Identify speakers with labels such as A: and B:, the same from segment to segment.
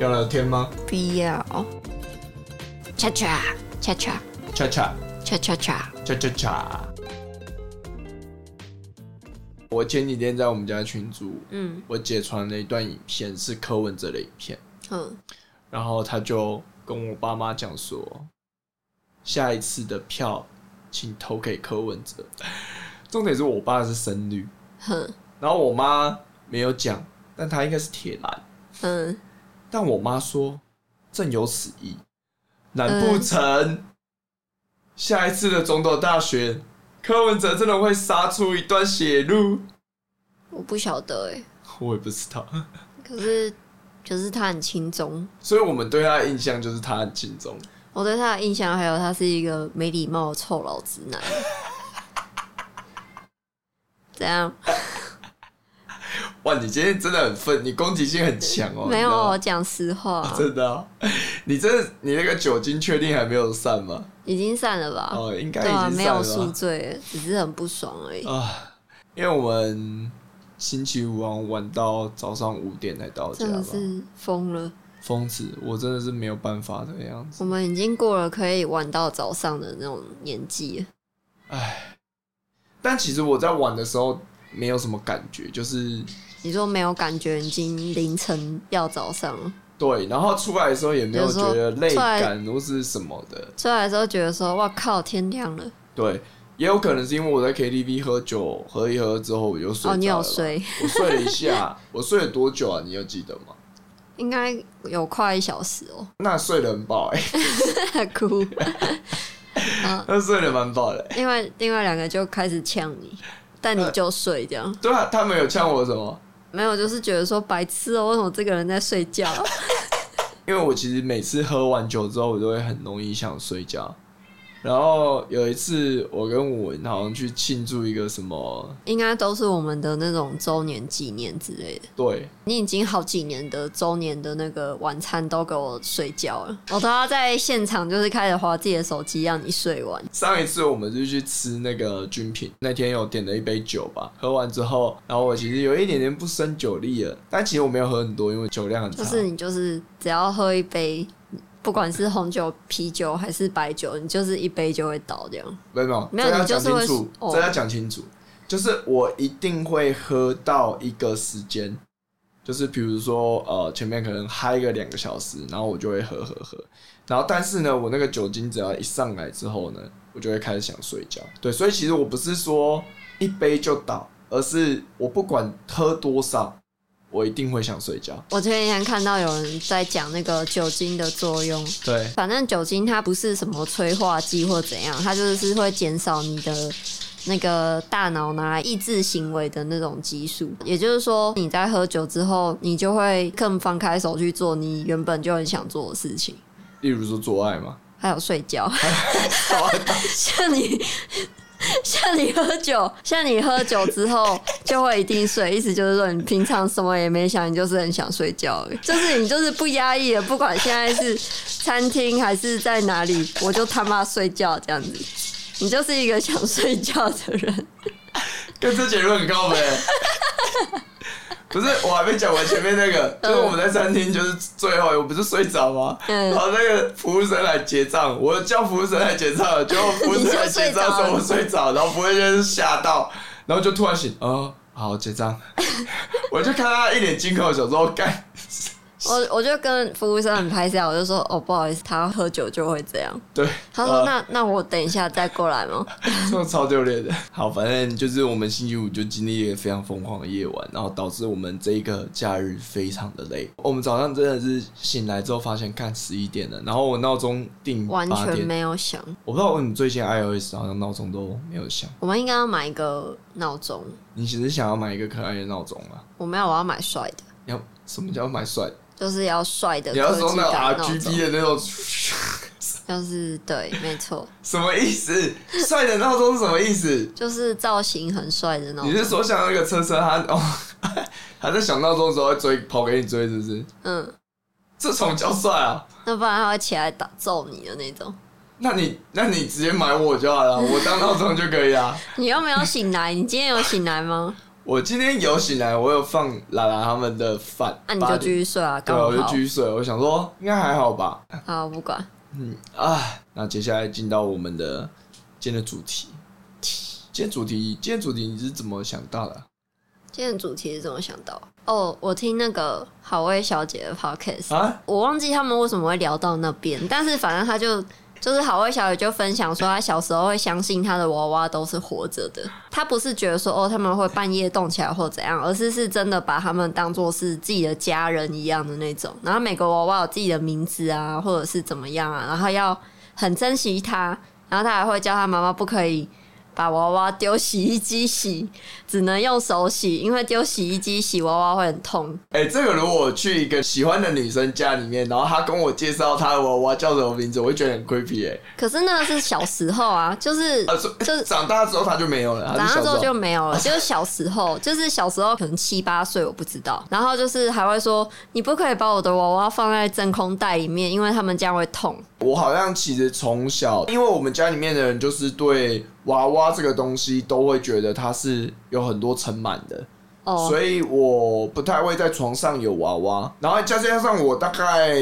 A: 要聊天吗？
B: 不要。恰恰恰恰
A: 恰恰
B: 恰恰恰，
A: 恰恰恰。我前几天在我们家群组，
B: 嗯
A: 我姐传了一段影片，是柯文哲的影片，
B: 嗯，
A: 然后她就跟我爸妈讲说，下一次的票请投给柯文哲。 重点是我爸是深绿，
B: 哼
A: 然后我妈没有讲，但她应该是铁蓝。
B: 嗯，
A: 但我妈说，正有此意，难不成下一次的总统大选，柯文哲真的会杀出一段血路？
B: 我不晓得哎、
A: 我也不知道，
B: 可是可是他很轻松，
A: 所以我们对他的印象就是他很轻松。
B: 我对他的印象还有他是一个没礼貌的臭老直男。 怎样？
A: 哇，你今天真的很愤，你攻击性很强哦。
B: 没有，我
A: 你
B: 讲实话
A: 知道吗，，真的啊、你这你那个酒精确定还没有散吗？
B: 已经散了吧？
A: 哦，应该
B: 对啊，
A: 已经
B: 没
A: 散
B: 有
A: 了
B: 宿
A: 吧。
B: 醉，只是很不爽而已。
A: 啊，因为我们星期五晚玩到早上五点才到家
B: 真的
A: 吧。
B: 是疯了，
A: 疯子，我真的是没有办法这个样子。
B: 我们已经过了可以玩到早上的那种年纪了。
A: 但其实我在玩的时候没有什么感觉，就是
B: 你说没有感觉，已经凌晨要早上了。
A: 对，然后出来的时候也没有
B: 有时候
A: 觉得累
B: 出来
A: 感或是什么的。
B: 出来的时候觉得说，哇靠，天亮了。
A: 对，也有可能是因为我在 KTV 喝酒，喝一喝之后我就睡着了。
B: 哦，你有？睡，
A: 我睡了一 下，我睡了多久啊？你有记得吗？
B: 应该有快一小时哦，
A: 那睡得很饱哎、
B: 哭。
A: 那睡得蛮饱的、欸。
B: 另外另外两个就开始呛你，但你就睡这样，
A: 对啊，他们有呛我什么？
B: 没有就是觉得说白痴哦、为什么这个人在睡觉？
A: 因为我其实每次喝完酒之后，我都会很容易想睡觉。然后有一次，我跟武文好像去庆祝一个什么，
B: 应该都是我们的那种周年纪念之类的。
A: 对，
B: 你已经好几年的周年的那个晚餐都给我睡觉了，我都要在现场就是开始划自己的手机让你睡完。
A: 上一次我们是去吃那个军品，那天有点了一杯酒吧，喝完之后，然后我其实有一点点不胜酒力了，但其实我没有喝很多，因为酒量很差。
B: 就是你就是只要喝一杯，不管是红酒、啤酒还是白酒，你就是一杯就会倒这样。
A: 没有没有，
B: 没有
A: 这要
B: 你就
A: 讲
B: 是会
A: 清楚，
B: 哦
A: 这要讲清楚，就是我一定会喝到一个时间，就是比如说呃前面可能嗨个两个小时，然后我就会喝喝喝，然后但是呢，我那个酒精只要一上来之后呢，我就会开始想睡觉。对，所以其实我不是说一杯就倒，而是我不管喝多少，我一定会想睡觉。
B: 我前几天看到有人在讲那个酒精的作用，
A: 对，
B: 反正酒精它不是什么催化剂或怎样，它就是会减少你的那个大脑拿来抑制行为的那种激素。也就是说，你在喝酒之后，你就会更放开手去做你原本就很想做的事情，
A: 例如说做爱 嘛，
B: 还有睡觉。像你，像你喝酒，像你喝酒之后就会一定睡，意思就是说你平常什么也没想，你就是很想睡觉而已，就是你就是不压抑了，不管现在是餐厅还是在哪里，我就他妈睡觉这样子。你就是一个想睡觉的人，
A: 跟这结论很 高呗。不是，我还没讲完前面那个，就是我们在餐厅，就是最后我不是睡着吗？
B: 嗯
A: 然后那个服务生来结账，我叫服务生来结账了，结果服务生来结账的时候我
B: 你就
A: 睡着，然后服务生就是吓到，然后就突然醒，哦，好结账， 我就看他一脸惊恐，想说哦干，
B: 我我就跟服务生很拍笑，我就说哦不好意思，他喝酒就会这样。
A: 对，
B: 他说
A: 呃
B: 那那我等一下再过来吗？
A: 真的超丢脸的。好，反正就是我们星期五就经历了一个非常疯狂的夜晚，然后导致我们这一个假日非常的累。我们早上真的是醒来之后发现，看十一点了，然后我闹钟定
B: 完
A: 八
B: 全
A: 点，
B: 没有想，
A: 我不知道为什么最近 iOS 好像闹钟都没有响。
B: 我们应该要买一个闹钟。
A: 你其实想要买一个可爱的闹钟啊？
B: 我没有，我要买帅的，
A: 你要什么叫买帅？
B: 就是要帅的
A: 你要
B: 科
A: 说
B: 技
A: 那
B: 感
A: RGB
B: 种，
A: 的那种，
B: 就是对，没错，
A: 什么意思？帅的闹钟是什么意思？
B: 就是造型很帅的那
A: 你是
B: 种。
A: 说像那个车车他哦， 他在响闹钟的时候会追跑给你追，是不是？
B: 嗯，
A: 这种叫帅啊？
B: 那不然他会起来打揍你的那种。
A: 那你那你 直接买我就好了，我当闹钟就可以啊。
B: 你又没有醒来，你今天有醒来吗？
A: 我今天有醒来，我有放拉拉他们的饭，
B: 那、你就
A: 八
B: 继
A: 点
B: 续睡啊，
A: 对，
B: 刚
A: 我就
B: 好
A: 继。续睡。我想说应该还好吧，
B: 好，不管。
A: 嗯啊，那接下来进到我们的今天的主题。今天主题，今天主题你是怎么想到的啊？
B: 今天的主题是怎么想到？哦，我听那个好味小姐的 podcast，、
A: 啊
B: 我忘记他们为什么会聊到那边，但是反正她就就是好味小姐就分享说，她小时候会相信她的娃娃都是活着的，她不是觉得说哦他们会半夜动起来或怎样，而是是真的把他们当做是自己的家人一样的那种。然后每个娃娃有自己的名字啊，或者是怎么样啊，然后要很珍惜它，然后她还会叫她妈妈不可以。把娃娃丢洗衣机洗，只能用手洗，因为丢洗衣机洗娃娃会很痛。
A: 哎、这个如果我去一个喜欢的女生家里面，然后她跟我介绍她的娃娃叫什么名字，我会觉得很 creepy 哎、
B: 可是那个是小时候啊，就是
A: 啊，所
B: 就
A: 以长大之后她就没有了，她就
B: 长大之
A: 啊小
B: 后
A: 时
B: 就
A: 候哦
B: 没有了，就是小时候，就是小时候可能七八岁，我不知道。然后就是还会说，你不可以把我的娃娃放在真空袋里面，因为他们这样会痛。
A: 我好像其实从小，因为我们家里面的人就是对娃娃这个东西都会觉得它是有很多尘螨的，
B: 哦，
A: 所以我不太会在床上有娃娃。然后再加上我大概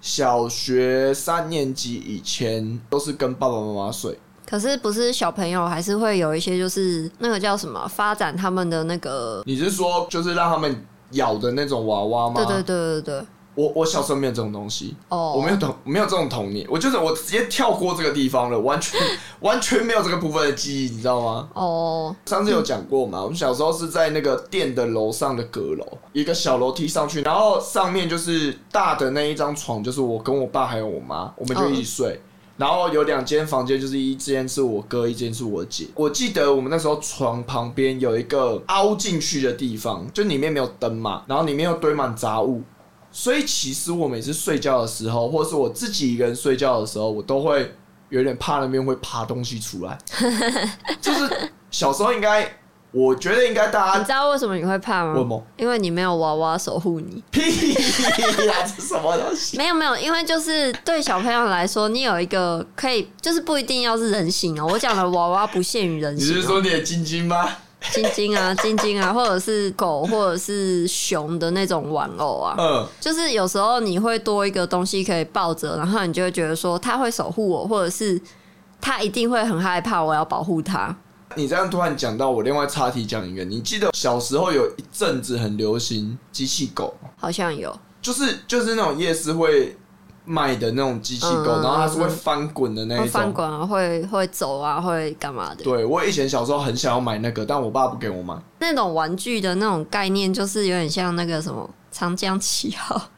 A: 小学三年级以前都是跟爸爸妈妈睡，
B: 可是不是小朋友还是会有一些，就是那个叫什么，发展他们的那个，
A: 你是说就是让他们咬的那种娃娃吗？
B: 对对对对对，
A: 我我小时候没有这种东西。
B: 哦，
A: 我没有童，没有这种童年，我就是我直接跳过这个地方了，完全 完全没有这个部分的记忆，你知道吗？
B: 哦，
A: 上次有讲过嘛，我们小时候是在那个店的楼上的阁楼，一个小楼梯上去，然后上面就是大的那一张床，就是我跟我爸还有我妈，我们就一起睡。然后有两间房间，就是一间是我哥，一间是我姐。我记得我们那时候床旁边有一个凹进去的地方，就里面没有灯嘛，然后里面又堆满杂物，所以其实我每次睡觉的时候，或者是我自己一个人睡觉的时候，我都会有点怕那边会爬东西出来。 就是小时候应该，我觉得应该大
B: 你
A: 家
B: 知道为什么你会怕
A: 问
B: 吗？
A: 吗？
B: 因为你没有娃娃守护你。
A: 屁呀、这什么东 西？
B: 没有没有，因为就是对小朋友来说，你有一个可以，就是不一定要是人形哦、我讲的娃娃不限于人
A: 你
B: 形、
A: 是
B: 哦，
A: 说你的晶晶吗？
B: 晶晶啊、晶晶啊，或者是狗或者是熊的那种玩偶啊。
A: 嗯，
B: 就是有时候你会多一个东西可以抱着，然后你就会觉得说它会守护我，或者是它一定会很害怕，我要保护它。
A: 你这样突然讲到，我另外插题讲一个，你记得小时候有一阵子很流行机器狗，
B: 好像有，
A: 就是就是那种夜市会卖的那种机器狗，
B: 嗯
A: 然后它是会翻滚的那
B: 会
A: 一
B: 翻
A: 种。
B: 滚啊，会会走啊，会干嘛的？
A: 对我以前小时候很想要买那个，但我爸不给我买。
B: 那种玩具的那种概念，就是有点像那个什么长江七号。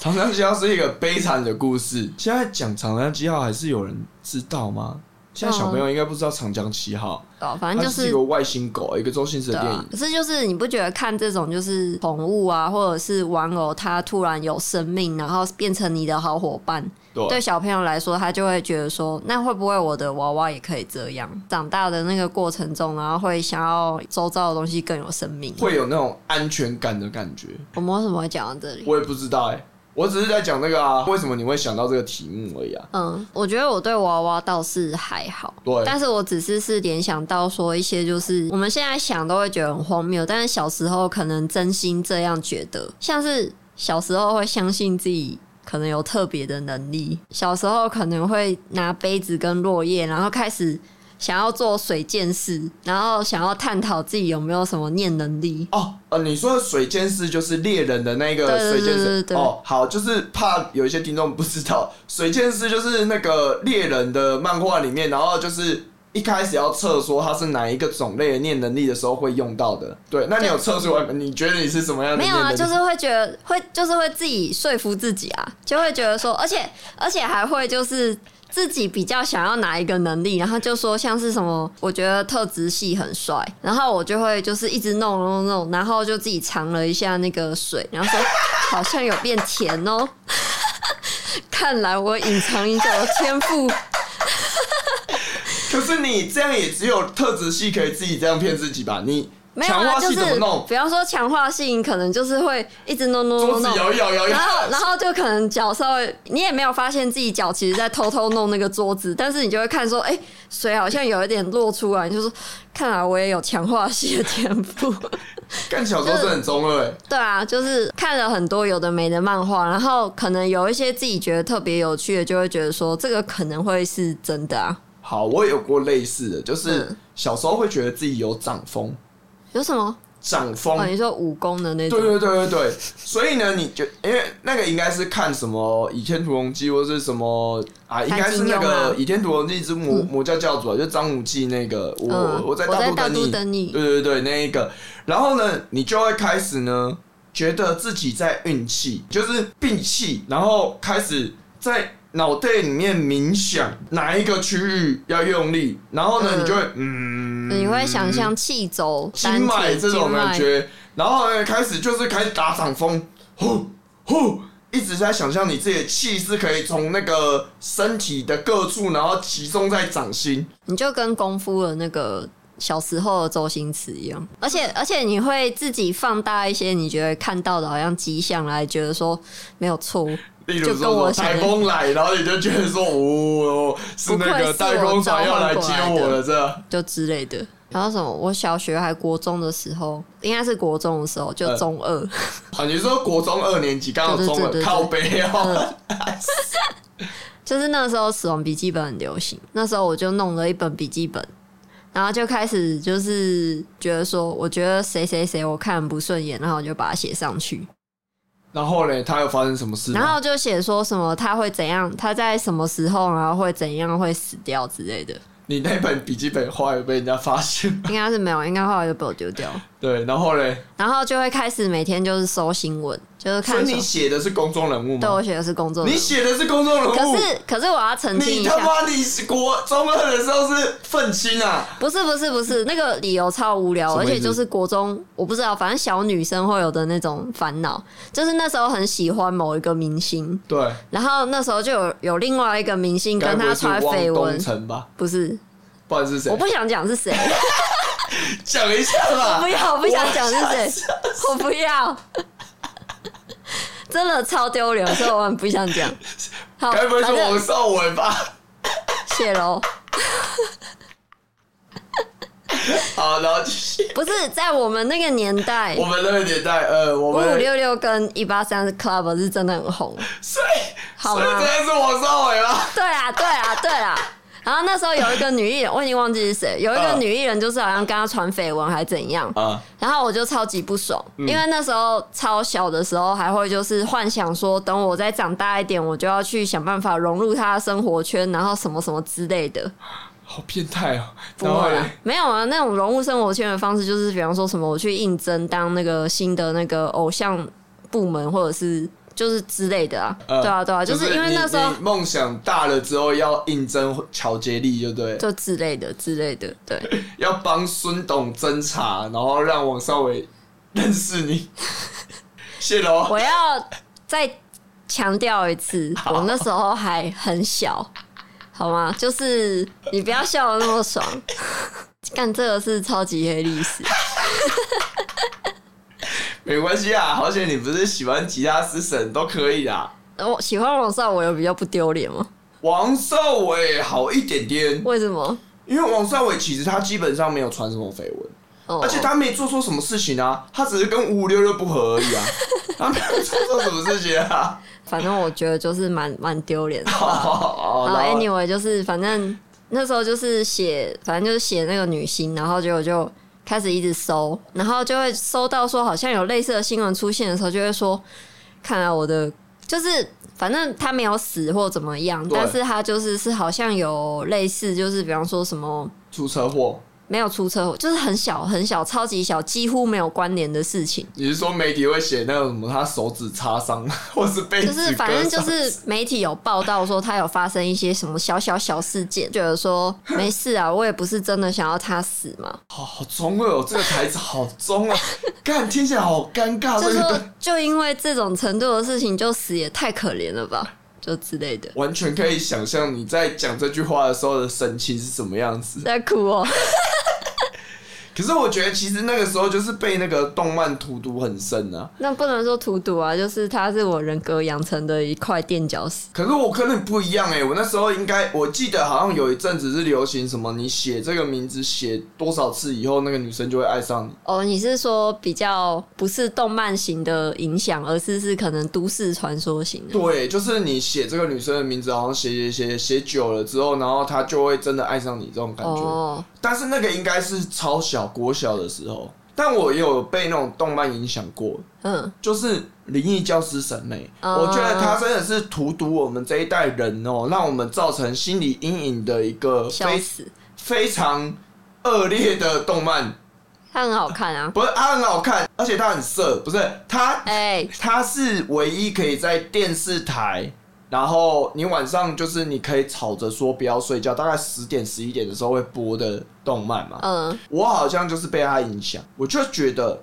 A: 长江七号是一个悲惨的故事。 现在讲长江七号还是有人知道吗？现在小朋友应该不知道长江七号，
B: 哦，
A: 它
B: 反正就
A: 一个外星狗，一个周星驰
B: 对
A: 的电
B: 啊
A: 影。。
B: 可是就是你不觉得看这种就是宠物啊，或者是玩偶，它突然有生命，然后变成你的好伙伴，
A: 对，
B: 对小朋友来说，他就会觉得说，那会不会我的娃娃也可以这样？长大的那个过程中，然后会想要周遭的东西更有生命。
A: 会有那种安全感的感觉。
B: 我们为什么会讲到这里？
A: 我也不知道哎、我只是在讲那个啊，为什么你会想到这个题目而已啊。
B: 嗯，我觉得我对娃娃倒是还好，
A: 对
B: 但是我只是是联想到说一些就是我们现在想都会觉得很荒谬，但是小时候可能真心这样觉得，像是小时候会相信自己。可能有特别的能力，小时候可能会拿杯子跟落叶，然后开始想要做水见识，然后想要探讨自己有没有什么念能力。
A: 哦，呃，你说的水剑士就是猎人的那个
B: 对对
A: 水剑
B: 对对
A: 士
B: 对
A: 哦，好，就是怕有一些听众不知道，水剑士就是那个猎人的漫画里面，然后就是一开始要测说他是哪一个种类的念能力的时候会用到的。对，那你
B: 对
A: 有测出来吗？你觉得你是什么样的
B: 没
A: 念
B: 有
A: 能
B: 啊，
A: 力？
B: 就是会觉得会，就是会自己说服自己啊，就会觉得说，而且而且还会就是自己比较想要哪一个能力，然后就说像是什么，我觉得特质系很帅，然后我就会就是一直弄弄弄，然后就自己尝了一下那个水，然后说好像有变甜哦， 看来我隐藏已久的天赋。
A: 可是你这样也只有特质系可以自己这样骗自己吧？你
B: 没有啊，
A: 强化
B: 就
A: 系
B: 是
A: 怎么弄
B: 比方说强化性，可能就是会一直弄弄
A: 桌
B: 弄
A: 子
B: 弄，
A: 摇一摇摇一摇
B: 然，后然后就可能脚稍微你也没有发现自己脚其实在偷偷弄那个桌子，但是你就会看说，哎、水好像有一点落出来，你就说，看来我也有强化系 的天赋。
A: 干小时候真的很中二、欸，
B: 对啊，就是看了很多有的没的漫画，然后可能有一些自己觉得特别有趣的，就会觉得说这个可能会是真的啊。
A: 好，我也有过类似的，就是
B: 嗯
A: 小时候会觉得自己有掌风，
B: 有什么？
A: 掌风
B: 哦，，你说武功的那
A: 对
B: 种？
A: 对对对对，所以呢，你就因为那个应该是看什么《倚天屠龙记》或是什么啊，应该是那
B: 金庸
A: 个
B: 啊
A: 《倚天屠龙记之魔魔教教主》啊，就张无忌那个，我、
B: 嗯
A: 我在
B: 我在
A: 大
B: 大
A: 陆
B: 陆
A: 等
B: 等
A: 你，
B: 你
A: 对对对，那一个，然后呢，你就会开始呢，觉得自己在运气，就是闭气，然后开始在。脑袋里面冥想哪一个区域要用力，然后呢，
B: 嗯
A: 你就会嗯，
B: 你会想象气轴、丹
A: 经脉
B: 田、
A: 这
B: 经
A: 种感
B: 脉，
A: 觉，然后呢开始就是开始打掌风，呼呼，一直在想象你自己的气是可以从那个身体的各处，然后集中在掌心。
B: 你就跟功夫的那个小时候的周星驰一样。而且而且你会自己放大一些你觉得看到的好像迹象来，觉得说没有错误。
A: 例如
B: 就
A: 说
B: 跟我
A: 说
B: 想
A: 台
B: 的
A: 风来，然后你就觉得说，哦，是那个代工厂要来接我了，这
B: 就之类的。然后什么？我小学还国中的时候，应该是国中的时候，就
A: 嗯
B: 中二，
A: 啊，你说国中二年级刚好
B: 对对
A: 中了
B: 对对对
A: 靠背哦，
B: 就是那时候《死亡笔记本》很流行，那时候我就弄了一本笔记本，然后就开始就是觉得说，我觉得谁谁谁我看不顺眼，然后我就把它写上去，
A: 然后呢，他又发生什么事吗？
B: 然后就写说什么他会怎样，他在什么时候，然后会怎样会死掉之类的，
A: 你那本笔记本后来有被人家发现 吗，
B: 应该是没有，应该后来就被我丢掉了。
A: 对，然后嘞，
B: 然后就会开始每天就是搜新闻，就
A: 所
B: 是看
A: 以
B: 什
A: 你
B: 么。
A: 写的是公众人物
B: 对，
A: 吗？
B: 我写的是工作人
A: 你
B: 员。
A: 写的是公众人物，
B: 嗯可是可是我要澄清
A: 你
B: 一
A: 他
B: 下，
A: 妈你是国中二的时候是愤青啊！
B: 不是不是不是，那个理由超无聊，
A: 什么
B: 而
A: 意思
B: 且就是国中，我不知道，反正小女生会有的那种烦恼，就是那时候很喜欢某一个明星，
A: 对，
B: 然后那时候就有有另外一个明星
A: 该
B: 跟
A: 不
B: 他
A: 会是
B: 传
A: 汪
B: 绯
A: 东
B: 闻，
A: 城吧？
B: 不是，
A: 不然是谁
B: 我？不想讲是谁，
A: 讲一下吧。
B: 不要，我不想讲是谁，
A: 我。
B: 我不要，真的超丢脸，所以我很不想讲。好，
A: 该不会是
B: 反正
A: 王少文吧？
B: 谢喽。
A: 好，然后继续。
B: 不是在我们那个年代，
A: 我们那个年代，呃，我
B: 五哎五
A: 们
B: 六六跟一八三 club 是真的很红。
A: 所以
B: 好啊
A: 所以
B: 吗
A: 真的是王少文啊！
B: 对啊，对啊，对啊。然后那时候有一个女艺人，我已经忘记是谁，有一个
A: 嗯
B: 女艺人就是好像跟她传绯闻还怎样，
A: 啊，
B: 然后我就超级不爽，
A: 嗯
B: 因为那时候超小的时候还会就是幻想说，等我再长大一点，我就要去想办法融入她的生活圈，然后什么什么之类的。
A: 好变态哦！
B: 不
A: 然后
B: 会啊
A: 嘞，
B: 没有啊，那种融入生活圈的方式就是，比方说什么我去应征当那个新的那个偶像部门，或者是就是之类的啊，
A: 呃
B: 对啊，对啊，就
A: 就是
B: 因为
A: 你
B: 那时候
A: 你梦想大了之后要应征乔杰利，就对，
B: 就之类的之类的，对。
A: 要帮孙董侦查，然后让王少伟认识你。 谢喽。
B: 我要再强调一 次，我那时候还很小，好吗？就是你不要笑的那么爽， 干这个是超级黑历史。
A: 没关系啊，好险你不是喜欢吉他之神都可以啦。
B: 我喜欢王少伟有比较不丢脸吗？
A: 王少伟好一点点，
B: 为什么？
A: 因为王少伟其实他基本上没有传什么绯闻，
B: 哦
A: 而且他没做错什么事情啊，他只是跟五五六六不合而已 啊，他没有做错什么事情啊。
B: 反正我觉得就是蛮蛮丢脸的。
A: 好啊好好，
B: 哦然后
A: 然后
B: anyway 就是反正那时候就是写，反正就是写那个女星，然后结果就开始一直搜，然后就会搜到说好像有类似的新闻出现的时候，就会说，看来我的就是反正他没有死或怎么样，
A: 对
B: 但是他就是是好像有类似，就是比方说什么。
A: 出车祸，
B: 没有出车祸，就是很小很小，超级小，几乎没有关联的事情。
A: 你是说媒体会写那个什么他手指擦伤，或是被
B: 就是
A: 指
B: 反
A: 割
B: 正就
A: 伤
B: 是媒体有报道说他有发生一些什么小小小事件，觉得说没 事啊，我也不是真的想要他死嘛，
A: 好好中二哦，这个台词好中啊， 干听起来好尴尬，
B: 就
A: 这
B: 说
A: 个
B: 就因为这种程度的事情就死也太可怜了吧，就之类的，
A: 完全可以想象你在讲这句话的时候的神情是什么样子。
B: 在哭哦、
A: 可是我觉得其实那个时候就是被那个动漫荼毒很深啊。
B: 那不能说荼毒啊，就是它是我人格养成的一块垫脚石。
A: 可是我跟你不一样哎、我那时候应该我记得好像有一阵子是流行什么，你写这个名字写多少次以后，那个女生就会爱上你。
B: 哦，你是说比较不是动漫型的影响，而是是可能都市传说型的？
A: 对，就是你写这个女生的名字，好像写写写写久了之后，然后她就会真的爱上你这种感觉。
B: 哦，
A: 但是那个应该是超小国小的时候，但我也有被那种动漫影响过，
B: 嗯，
A: 就是《灵异教师》审美，
B: 哦
A: 我觉得它真的是荼毒我们这一代人哦、让我们造成心理阴影的一个
B: 笑
A: 非
B: 死，
A: 非常恶劣的动漫。
B: 它很好看 啊。
A: 不是，它很好看，而且它很色，不是它，
B: 哎、
A: 它是唯一可以在电视台。然后你晚上就是你可以吵着说不要睡觉，大概十点十一点的时候会播的动漫嘛。
B: 嗯，
A: 我好像就是被他影响，我就觉得，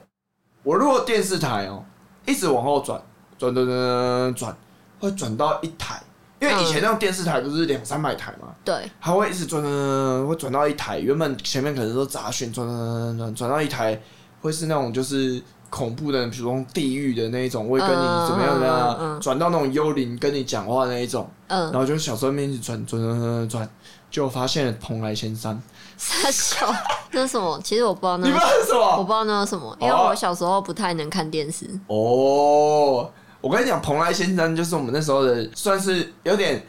A: 我如果电视台哦、一直往后转，转转转转，会转到一台，因为以前那种电视台不是两三百台嘛，
B: 对，
A: 它会一直转转转，会转到一台，原本前面可能都杂讯，转转转转转到一台，会是那种就是。恐怖的，比如说地狱的那一种，会跟你怎么样怎么
B: 嗯嗯嗯
A: 样，
B: 嗯
A: 转到那种幽灵跟你讲话那一种，然
B: 嗯，
A: 后就小时候面一直转转转转转，就发现了蓬莱仙山。
B: 傻笑，那是什么？其实我不知道那
A: 你哦
B: 是
A: 们是什么
B: 我？不知道那是什么，因为我小时候不太能看电视。
A: 哦，我跟你讲，蓬莱仙山就是我们那时候的，算是有点，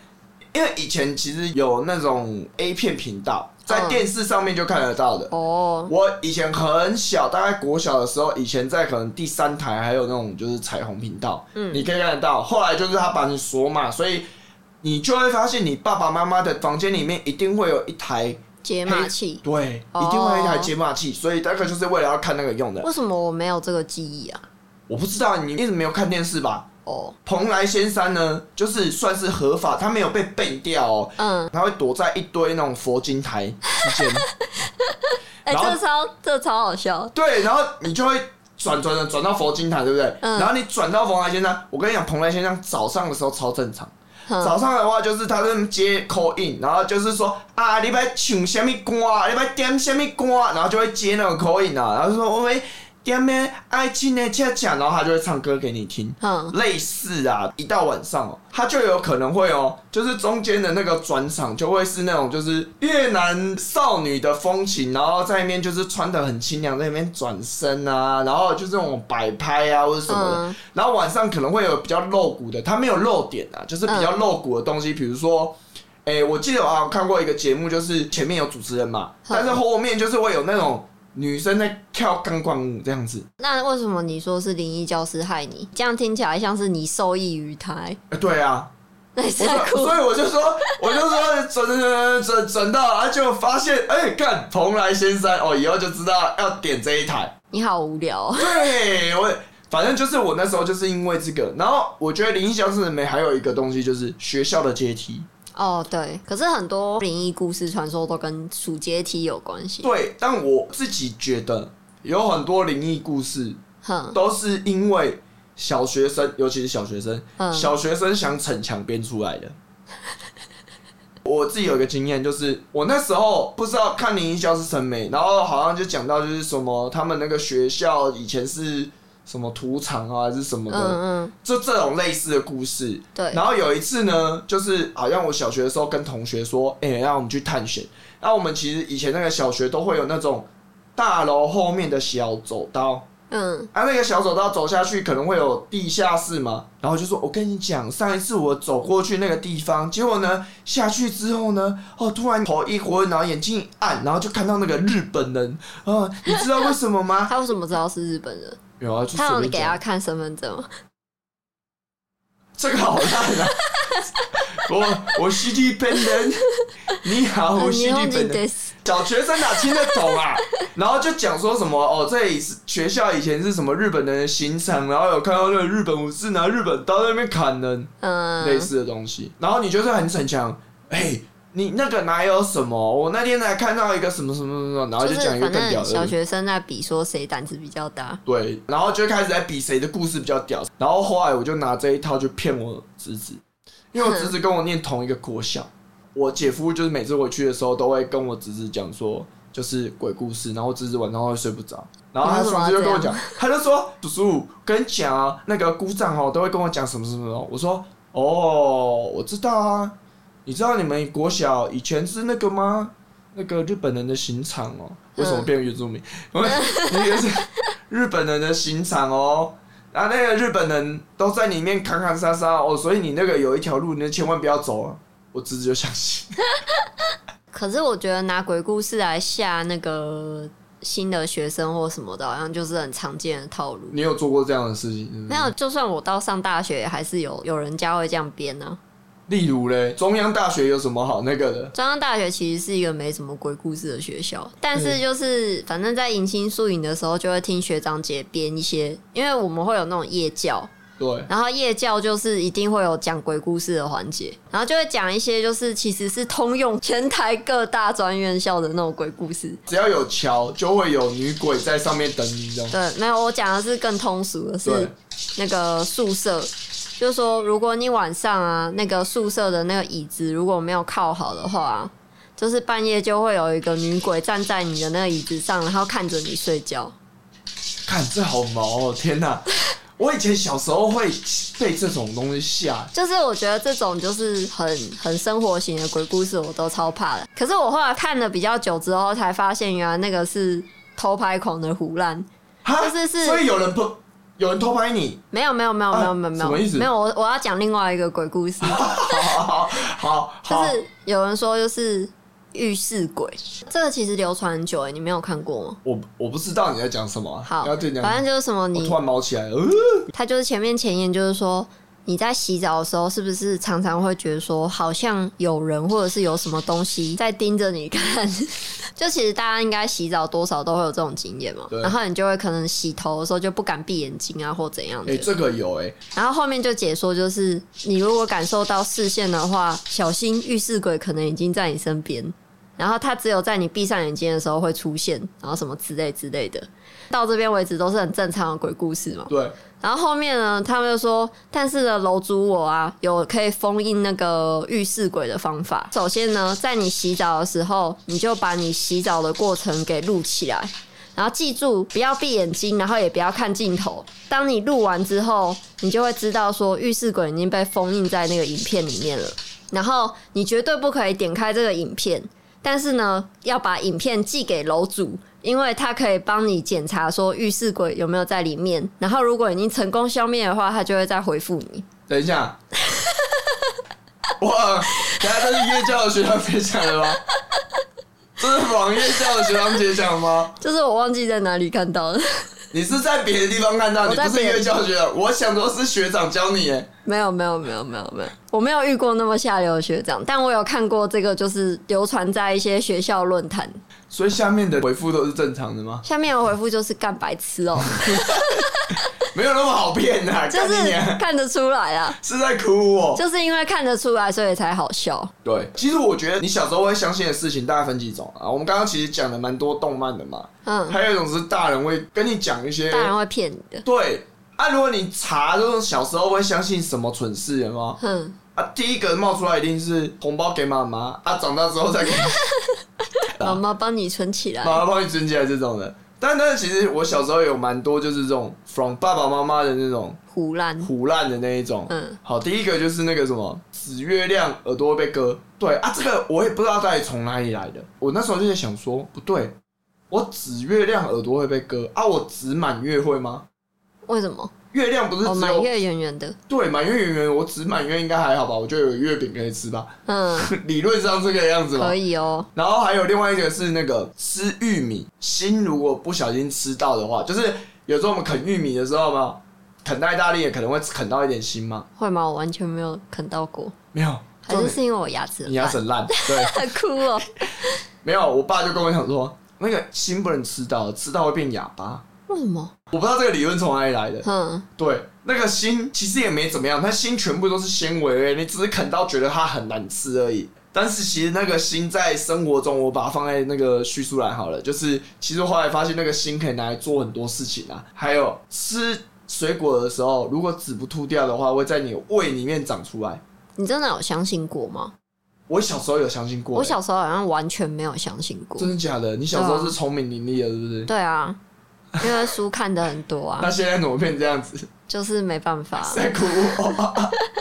A: 因为以前其实有那种 A 片频道，在
B: 嗯
A: 电视上面就看得到的。
B: 哦，
A: 我以前很小，大概国小的时候，以前在可能第三台还有那种就是彩虹频道，
B: 嗯
A: 你可以看得到。后来就是他把你锁码，所以你就会发现你爸爸妈妈的房间里面一定会有一台，
B: 解码器，
A: 对，
B: 哦
A: 一定会有一台解码器，所以大概就是为了要看那个用的。
B: 为什么我没有这个记忆啊？
A: 我不知道你一直没有看电视吧？
B: 哦，
A: 蓬莱仙山呢，就是算是合法，它没有被背掉哦，
B: 嗯，
A: 它会躲在一堆那种佛经台之间。
B: 哎、
A: 然后
B: 这超这超好笑，
A: 对，然后你就会转转转转到佛经台，对不对？
B: 嗯
A: 然后你转到蓬莱仙山，我跟你讲，蓬莱仙山早上的时候超正常。
B: 嗯，
A: 早上的话就是他们接 call in，然后就是说啊，你要唱什么歌，你要点什么歌，啊然后就会接那个 call in 啊，然后就说我们点咩爱情的恰恰，然后他就会唱歌给你听。
B: 嗯，
A: 类似啊，一到晚上哦、它就有可能会哦、就是中间的那个转场就会是那种就是越南少女的风情，然后在那边就是穿的很清凉，在那边转身啊，然后就是那种摆拍啊或者什么的，
B: 嗯
A: 然后晚上可能会有比较露骨的，它没有露点啊，就是比较露骨的东西，比如说。哎、我记得我好像看过一个节目，就是前面有主持人嘛，但是后面就是会有那种女生在跳钢管舞这样子。
B: 那为什么你说是灵异教师害你？这样听起来像是你受益于他、欸，
A: 哎对啊，
B: 那你
A: 我
B: 在
A: 就
B: 哭
A: 所以我就说，我就说转转转转转到，啊，就发现，哎、干蓬莱仙山哦，以后就知道要点这一台。
B: 你好无聊、哦。
A: 对我，反正就是我那时候就是因为这个，然后我觉得灵异教室里面还有一个东西就是学校的阶梯。
B: 哦，对，可是很多灵异故事传说都跟数阶梯有关系。
A: 对，但我自己觉得有很多灵异故事
B: 哼，
A: 都是因为小学生，尤其是小学生，
B: 嗯
A: 小学生想逞强编出来的。我自己有一个经验，就是我那时候不知道看林一教是审美，然后好像就讲到就是什么他们那个学校以前是什么土场啊，还是什么
B: 嗯
A: 的，
B: 嗯，
A: 就这种类似的故事。
B: 对
A: 然后有一次呢，就是好像我小学的时候跟同学说，哎、让我们去探险。那我们其实以前那个小学都会有那种大楼后面的小走道，
B: 嗯，
A: 啊，那个小走道走下去可能会有地下室嘛，然后就说，我跟你讲，上一次我走过去那个地方，结果呢下去之后呢，哦，突然头一昏，然后眼睛一暗，然后就看到那个日本人，啊、你知道为什么 吗？
B: 他为什么知道是日本人？
A: 有啊，就
B: 他
A: 随
B: 有
A: 便
B: 给他
A: 讲，
B: 看身份证吗？
A: 这个好烂啊！我我 CD 本人，你好，我 CD 哦本人。小学生哪听得懂啊？ 然后就讲说什么哦，这里是学校以前是什么日本人的刑场，然后有看到那个日本武士拿日本刀在那边砍人，
B: 嗯，
A: 类似的东西。然后你就是很逞强，哎、你那个哪有什么？我那天才看到一个什么什么什么，然后
B: 就
A: 就是讲一个
B: 反
A: 更屌
B: 正
A: 的。
B: 小学生在比说谁胆子比较大。
A: 对，然后就开始在比谁的故事比较屌。然后后来我就拿这一套去骗我侄子，因为我侄子跟我念同一个国小。我姐夫就是每次回去的时候都会跟我侄子讲说：“就是鬼故事，然后侄子晚上会睡不着。然后他
B: 你为什么
A: 上次
B: 要
A: 就跟我
B: 这
A: 讲
B: 样，
A: 他就说：“叔叔，跟你讲啊，那个姑丈哦，都会跟我讲什么什么什么。”我说：“哦，我知道啊，你知道你们国小以前是那个吗？那个日本人的刑场哦，为什么变原住民？我说 那个是日本人的刑场哦。”然后那个日本人都在里面砍砍杀杀哦，所以你那个有一条路，你千万不要走啊！我侄子就相信，
B: 可是我觉得拿鬼故事来吓那个新的学生或什么的，好像就是很常见的套路。
A: 你有做过这样的事情？是不
B: 没
A: 是
B: 有，就算我到上大学，还是有有人家会这样编啊呢、
A: 例如嘞，中央大学有什么好那个的？
B: 中央大学其实是一个没什么鬼故事的学校，但是
A: 嗯
B: 就是反正在迎新宿营的时候，就会听学长姐编一些，因为我们会有那种夜教，
A: 对，
B: 然后夜教就是一定会有讲鬼故事的环节，然后就会讲一些就是其实是通用全台各大专院校的那种鬼故事。
A: 只要有桥，就会有女鬼在上面等你，这样。
B: 对，没有，我讲的是更通俗
A: 对
B: 的是那个宿舍，就是说如果你晚上啊那个宿舍的那个椅子如果没有靠好的话、就是半夜就会有一个女鬼站在你的那个椅子上，然后看着你睡觉。
A: 看这好毛哦，天哪！ 我以前小时候会被这种东西吓，
B: 就是我觉得这种就是很很生活型的鬼故事，我都超怕的。可是我后来看了比较久之后，才发现原来那个是偷拍狂的胡乱。
A: 哈
B: 就是是
A: 所以有人偷，有人偷拍你，
B: 没有没有没有
A: 啊
B: 没有没有没有，
A: 什么意思
B: 没有我我要讲另外一个鬼故事，
A: 好好好
B: 就
A: 好，
B: 是有人说就是浴室鬼，这个其实流传很久哎、你没有看过吗？
A: 我我不知道你在讲什么啊，
B: 好
A: 你要对，讲，
B: 反正就是什么
A: 我
B: 你
A: 突然毛起来了，呃，
B: 他就是前面前言就是说，你在洗澡的时候是不是常常会觉得说，好像有人或者是有什么东西在盯着你看？ 就其实大家应该洗澡多少都会有这种经验嘛
A: 对，
B: 然后你就会可能洗头的时候就不敢闭眼睛啊，或怎样
A: 哎、
B: 的。
A: 这个有哎、
B: 然后后面就解说，就是你如果感受到视线的话，小心遇事鬼可能已经在你身边，然后他只有在你闭上眼睛的时候会出现，然后什么之类之类的。到这边为止都是很正常的鬼故事嘛。
A: 对，
B: 然后后面呢，他们就说，但是呢，楼主我啊，有可以封印那个浴室鬼的方法。首先呢，在你洗澡的时候，你就把你洗澡的过程给录起来，然后记住不要闭眼睛，然后也不要看镜头。当你录完之后，你就会知道说浴室鬼已经被封印在那个影片里面了。然后你绝对不可以点开这个影片，但是呢，要把影片寄给楼主，因为他可以帮你检查说浴室鬼有没有在里面。然后如果已经成功消灭的话，他就会再回复你。
A: 等一下， 哇，等一下这是夜教的学长姐讲的吗？这是网夜教的学长姐讲的吗？
B: 就是我忘记在哪里看到的，
A: 你是在别的地方看到，你
B: 我在
A: 不是
B: 别的
A: 乐教学的。我想说是学长教你耶。
B: 没有没有没有没有没有，我没有遇过那么下流的学长，但我有看过这个，就是流传在一些学校论坛。
A: 所以下面的回复都是正常的吗？
B: 下面有回复就是干白痴哦、
A: 没有那么好骗呐、
B: 就
A: 干你
B: 是
A: 娘
B: 看得出来啊，
A: 是在哭我、
B: 就是因为看得出来，所以才好笑。
A: 对，其实我觉得你小时候会相信的事情大概分几种啊。我们刚刚其实讲了蛮多动漫的嘛，
B: 嗯，
A: 还有一种是大人会跟你讲一些
B: 大人会骗你的。
A: 对。啊，如果你查这种小时候会相信什么蠢事的吗？
B: 哼，
A: 啊，第一个冒出来一定是红包给妈妈啊，长大之后再给你
B: 妈妈帮你存起来。
A: 妈妈帮你存起来这种的。但但其实我小时候有蛮多就是这种 from 爸爸妈妈的那种
B: 胡乱，
A: 腐烂的那一种。
B: 嗯，
A: 好，第一个就是那个什么紫月亮耳朵会被割。对啊，这个我也不知道到底从哪里来的。我那时候就在想说，不对，我紫月亮耳朵会被割啊，我紫满月会吗？
B: 为什么？
A: 月亮不是
B: 哦，
A: 只
B: 满
A: 有、
B: 月圆圆的，
A: 对满月圆圆，我紫满月应该还好吧？我就有月饼可以吃吧，
B: 嗯，
A: 理论上这个样子吧。
B: 可以哦。
A: 然后还有另外一个是那个吃玉米，心如果不小心吃到的话，就是有时候我们啃玉米的时候嘛，啃太大力也可能会啃到一点心嘛。
B: 会吗？我完全没有啃到过，
A: 没有，
B: 还
A: 重
B: 是
A: 点
B: 是因为我牙齿很
A: 你牙齿很 烂，对，
B: 烂哭哦。
A: 没有。我爸就跟我讲说，那个心不能吃到，吃到会变哑巴。
B: 为什么？
A: 我不知道这个理论从哪里来的。
B: 嗯，
A: 对，那个心其实也没怎么样，它心全部都是纤维，你只是啃到觉得它很难吃而已。但是其实那个心在生活中，我把它放在那个叙述栏好了，就是其实后来发现那个心可以拿来做很多事情啊，还有吃水果的时候，如果籽不吐掉的话，会在你胃里面长出来。
B: 你真的有相信过吗？
A: 我小时候有相信过、欸，
B: 我小时候好像完全没有相信过
A: 真。的假的？你小时
B: 对
A: 候
B: 啊
A: 是聪明伶俐的，是不是？
B: 对啊，因为书看的很多
A: 那
B: 啊，
A: 现在怎么变这样子？
B: 就是没办 法。
A: 在哭我。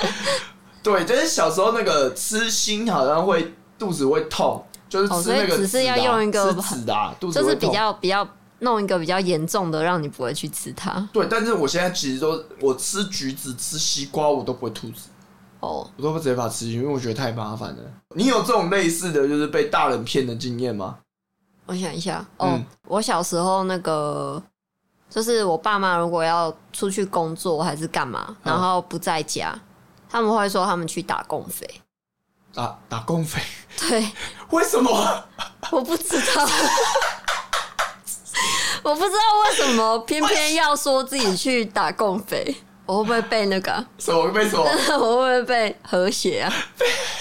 A: 对，就是小时候那个吃锌好像会肚子会痛，就是
B: 哦
A: 吃
B: 所以
A: 那个
B: 只是要
A: 籽啊
B: 用一个
A: 吃籽的啊，肚子
B: 就
A: 会
B: 是
A: 痛。
B: 比较比较弄一个比较严重的，让你不会去吃它。
A: 对，但是我现在其实都我吃橘子、吃西瓜我都不会吐籽，
B: 哦，
A: 我都不直接把它吃进去，因为我觉得太麻烦了。你有这种类似的就是被大人骗的经验吗？
B: 我想一下，哦，
A: 嗯
B: 我小时候那个。就是我爸妈如果要出去工作还是干嘛，
A: 嗯
B: 然后不在家，他们会说他们去打工费。
A: 打啊打工费？
B: 对，
A: 为什么？
B: 我不知道， 我不知道为什么偏偏要说自己去打共匪，我会不会被那个 啊、
A: 什么为什么？
B: 我会不会被和谐啊？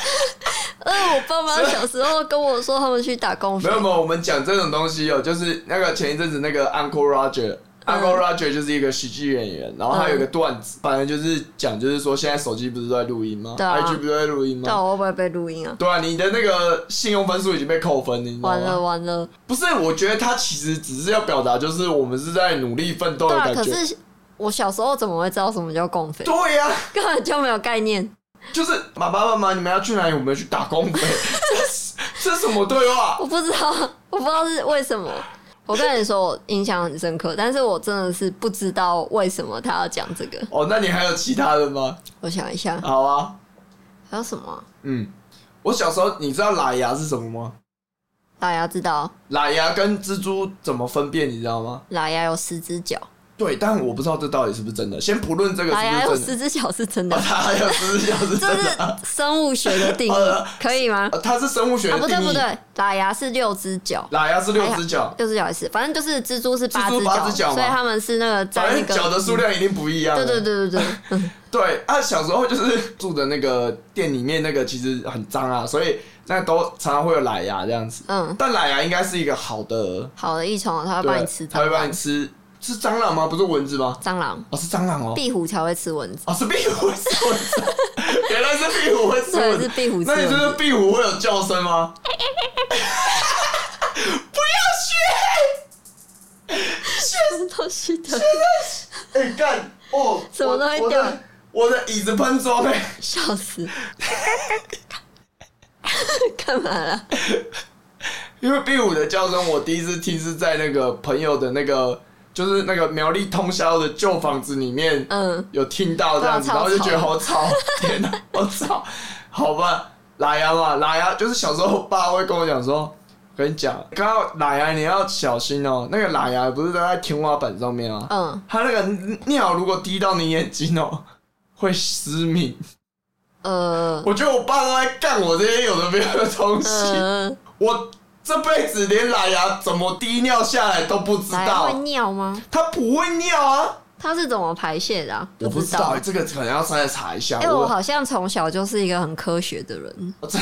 B: 呃，我爸妈小时候跟我说他们去打共
A: 没
B: 匪
A: 有，没有，我们讲这种东西哦，就是那个前一阵子那个 Uncle Roger。Uncle
B: 嗯
A: Roger 就是一个喜剧演员，然后他有一个段子，反正就是讲，就是说现在手机不是都在录音吗、
B: 对啊
A: i g 不是都在录音
B: 但
A: 吗？
B: 我会不会被录音啊？
A: 对啊，你的那个信用分数已经被扣分了，你知道
B: 完了
A: 吗？
B: 完了，
A: 不是，我觉得他其实只是要表达，就是我们是在努力奋斗
B: 对
A: 的
B: 啊，
A: 感
B: 可
A: 觉。
B: 是我小时候怎么会知道什么叫共匪？
A: 对呀、
B: 根本就没有概念。
A: 就是爸爸妈妈，你们要去哪里？我们去打工呗。这是这是什么对话？
B: 我不知道，我不知道是为什么。我跟你说，我印象很深刻，但是我真的是不知道为什么他要讲这个。
A: 哦，那你还有其他的吗？
B: 我想一下，
A: 好啊，
B: 还有什么啊？
A: 嗯，我小时候你知道喇牙是什么吗？
B: 大家知道，
A: 喇牙跟蜘蛛怎么分辨，你知道吗？
B: 拉牙有十只脚，
A: 对，但我不知道这到底是不是真的。先不论这个
B: 拉牙
A: 是不
B: 有
A: 是真的，
B: 十只脚是真
A: 哦
B: 的，
A: 它还有十 只脚是
B: 这
A: 真的， 啊
B: 是生物学的定义
A: 呃，
B: 可以吗？
A: 呃它是生物学
B: 啊，
A: 的
B: 不
A: 定义。
B: 对不哎对，拉牙是六只脚，
A: 喇牙是六只脚，
B: 六只脚也是，反正就是蜘蛛是八
A: 蜘蛛八只
B: 脚，
A: 脚嘛
B: 所以他们是那个在
A: 反
B: 那
A: 正
B: 个
A: 脚的数量一定不一样。
B: 对对对对对，嗯
A: 对啊，小时候就是 住的那个店里面那个其实很脏啊，所以那都常常会有喇牙这样子。
B: 嗯，
A: 但喇牙应该是一个好的，
B: 好的，益虫它会
A: 对
B: 帮你吃
A: 它
B: 蟑
A: 会帮
B: 螂
A: 你，吃是蟑螂吗？不是蚊子吗？
B: 蟑螂
A: 哦，是蟑螂哦。
B: 壁虎才会吃蚊子，
A: 哦，是壁虎会吃蚊子，原来是壁虎会吃
B: 对，
A: 蚊
B: 是
A: 子。
B: 壁虎吃
A: 那你
B: 蚊
A: 觉得
B: 子，
A: 壁虎会有叫声吗？不
B: 什么东西的？
A: 要学！哎、干哦，
B: 什么东西
A: 我我
B: 掉
A: 的我的椅子喷桌被
B: 笑死！ 干嘛啦？
A: 因为壁虎的叫声，我第一次听是在那个朋友的那个，就是那个苗栗通宵的旧房子里面，
B: 嗯，
A: 有听到这样子，
B: 对啊
A: 然后就觉得
B: 超
A: 好吵， 天哪，好吵，好吧，拉牙嘛，拉牙就是小时候我爸会跟我讲说，我跟你讲，刚刚拉牙你要小心哦、那个拉牙不是都在天花板上面吗？
B: 嗯
A: 它那个尿如果滴到你眼睛哦、会失明。
B: 呃
A: 我觉得我爸都在干我这些有的没有的东西，
B: 呃，
A: 我这辈子连拉牙怎么滴尿下来都不知
B: 来会
A: 道，
B: 尿吗？
A: 它不会尿啊。
B: 它是怎么排泄的、啊？
A: 我不知道、
B: 道
A: 欸，。这个可能要上来查一下。
B: 因为我好像从小就是一个很科学的人，
A: 我 真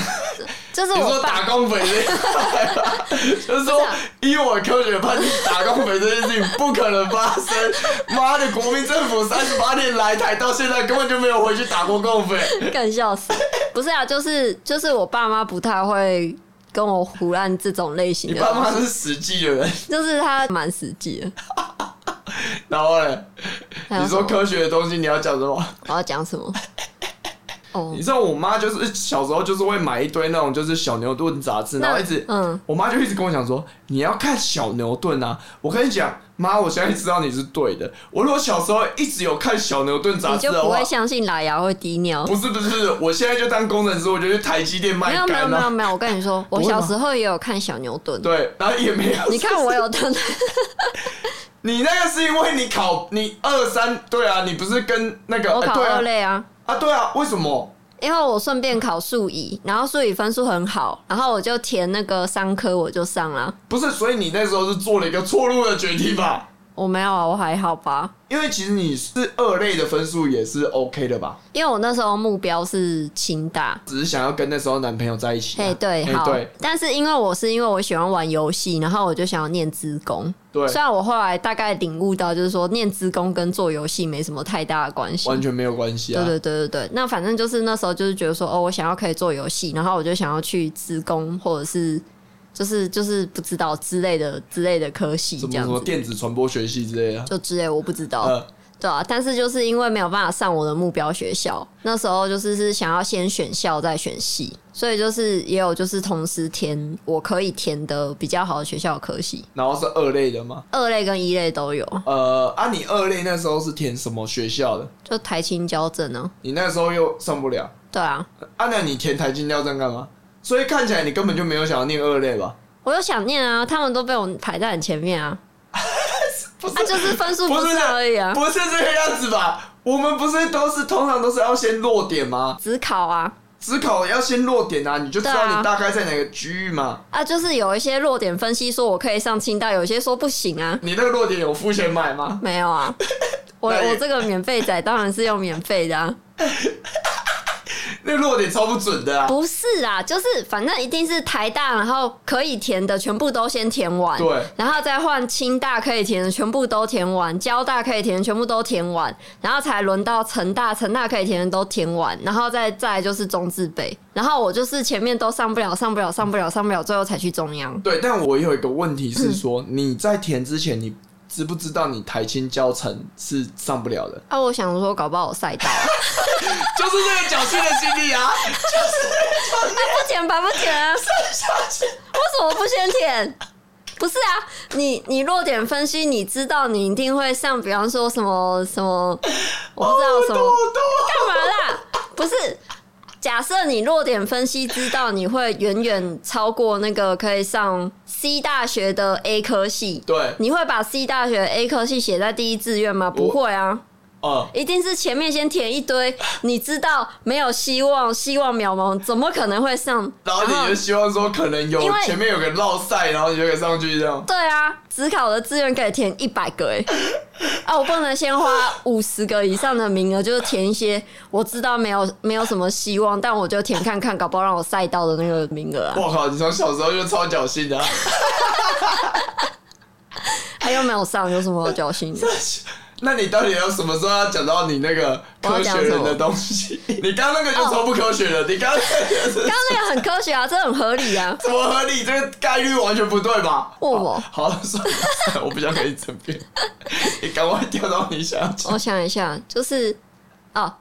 B: 就是
A: 你
B: 哎 我
A: 说
B: 爸
A: 打工匪这一块吗，就是
B: 不
A: 说
B: 是啊
A: 以我科学判定，打工匪这件事情不可能发 生。妈的，国民政府三十八年来台到现在，根本就没有回去打过共匪。
B: 更笑死。不是啊，就是就是我爸妈不太会跟我胡乱这种类型
A: 你
B: 的
A: 爸妈
B: 东西，
A: 是实际的人，
B: 就是他蛮实际的。
A: 然后嘞，
B: 还有
A: 你说
B: 什么
A: 科学的东西你要讲什么？
B: 我要 讲什么？哦
A: 你，知道我妈就是小时候就是会买一堆那种就是小牛顿杂志，然后一直。
B: 嗯，
A: 我妈就一直跟我讲说，你要看小牛顿啊！我跟你讲，妈，我现在知道你是对的。我如果小时候一直有看小牛顿杂
B: 你
A: 志
B: 就
A: 的
B: 不
A: 话
B: 会，相信拉牙会滴尿。
A: 不是不是不是，我现在就当工程师，我就去台积电卖啊
B: 没有
A: 干
B: 没有没有
A: 了。
B: 没有，我跟你说，我
A: 不会吗
B: 小时候也有看小牛顿，
A: 对，啊然后也没有。
B: 你看我有的，
A: 你那个是因为你考你二三，对啊，你不是跟那个
B: 我
A: 哎
B: 考
A: 对
B: 二
A: 啊
B: 类啊。
A: 啊对啊，为什么？
B: 因为我顺便考数乙，然后数乙分数很好，然后我就填那个商科，我就上了。啊
A: 不是，所以你那时候是做了一个错误的决定吧？
B: 我没有啊，我还好吧。
A: 因为其实你是二类的分数也是 OK 的吧？
B: 因为我那时候目标是清大，
A: 只是想要跟那时候男朋友在一起、啊。
B: 嘿，对，
A: 嘿
B: 好。
A: 啊对
B: 但是因为我是因为我喜欢玩游戏，然后我就想要念资工。
A: 对
B: 虽然我后来大概领悟到，就是说念资工跟做游戏没什么太大的关系。
A: 完全没有关系啊。
B: 对对对对对，那反正就是那时候就是觉得说，哦，我想要可以做游戏，然后我就想要去资工或者是就是就是不知道之类的之类的科系
A: 什
B: 这
A: 么什
B: 样
A: 么
B: 子，
A: 电子传播学系之类的啊。
B: 就之类我不知道。
A: 呃，
B: 对啊，但是就是因为没有办法上我的目标学校，那时候就是是想要先选校再选系，所以就是也有就是同时填我可以填的比较好的学校的科系，
A: 然后是二类的吗？
B: 二类跟一类都有，
A: 呃，啊，你二类那时候是填什么学校的？
B: 就台青交政啊，
A: 你那时候又上不了，
B: 对啊，
A: 啊，那你填台金料站干嘛？所以看起来你根本就没有想要念二类吧？
B: 我有想念啊，他们都被我排在很前面啊，
A: 不是
B: 啊就是分数
A: 不
B: 不
A: 是
B: 上而已啊，
A: 不是这个样子吧？我们不是都是通常都是要先落点吗？
B: 只考啊
A: 只考要先落点啊，你就知
B: 对
A: 道
B: 啊
A: 你大概在哪个区域嘛。
B: 啊，就是有一些弱点分析说我可以上清大，有些说不行啊，
A: 你那个落点有付钱买吗？
B: 没有啊，我
A: 那也
B: 我这个免费仔当然是用免费的啊。
A: 那个落点超不准的啊！
B: 不是啦，就是反正一定是台大，然后可以填的全部都先填完，
A: 对，
B: 然后再换清大可以填的全部都填完，交大可以填的全部都填完，然后才轮到成大，成大可以填的都填完，然后再再来就是中字北，然后我就是前面都上不了，上不了，上不了，上不了，最后才去中央。
A: 对，但我有一个问题是 说，你在填之前，你知不知道你台青教程是上不了的？
B: 啊，我想说，搞不好我赛 到，啊，
A: 就是这个侥幸的心理 啊！
B: 不填白不填啊，为什么不先填？不是啊，你你弱点分析，你知道你一定会上，比方说什么什么，我不知
A: 哦
B: 道什么
A: 我懂，
B: 干嘛啦？不是，假设你弱点分析知道你会远远超过那个可以上 C 大学的 A 科系，
A: 对，
B: 你会把 C 大学 A 科系写在第一志愿吗？不会啊，
A: 嗯，
B: 一定是前面先填一堆，你知道没有希望，希望渺茫，怎么可能会上？
A: 然后你就希望说，可能有
B: 因为
A: 前面有个绕赛，然后你就可以上去这样。
B: 对啊，只考的志愿可以填一百个哎、 啊，我不能先花五十个以上的名额，就是填一些我知道没有没有什么希望，但我就填看看，搞不好让我赛到的那个名额啊，
A: 我靠，你从小时候就超侥幸的、啊，
B: 他又没有上，有什么好侥幸的？
A: 那你到底要什么时候要讲到你那个科学人的东西？你刚刚那个就超不科学了，你刚刚那个是
B: 刚刚那个很科学啊，这很合理啊，
A: 怎么合理？这个概率完全不对吧？
B: 问我
A: 好，算了，算了我不想跟你争 辩，你赶快跳到你想要讲。
B: 我想一下，就是哦，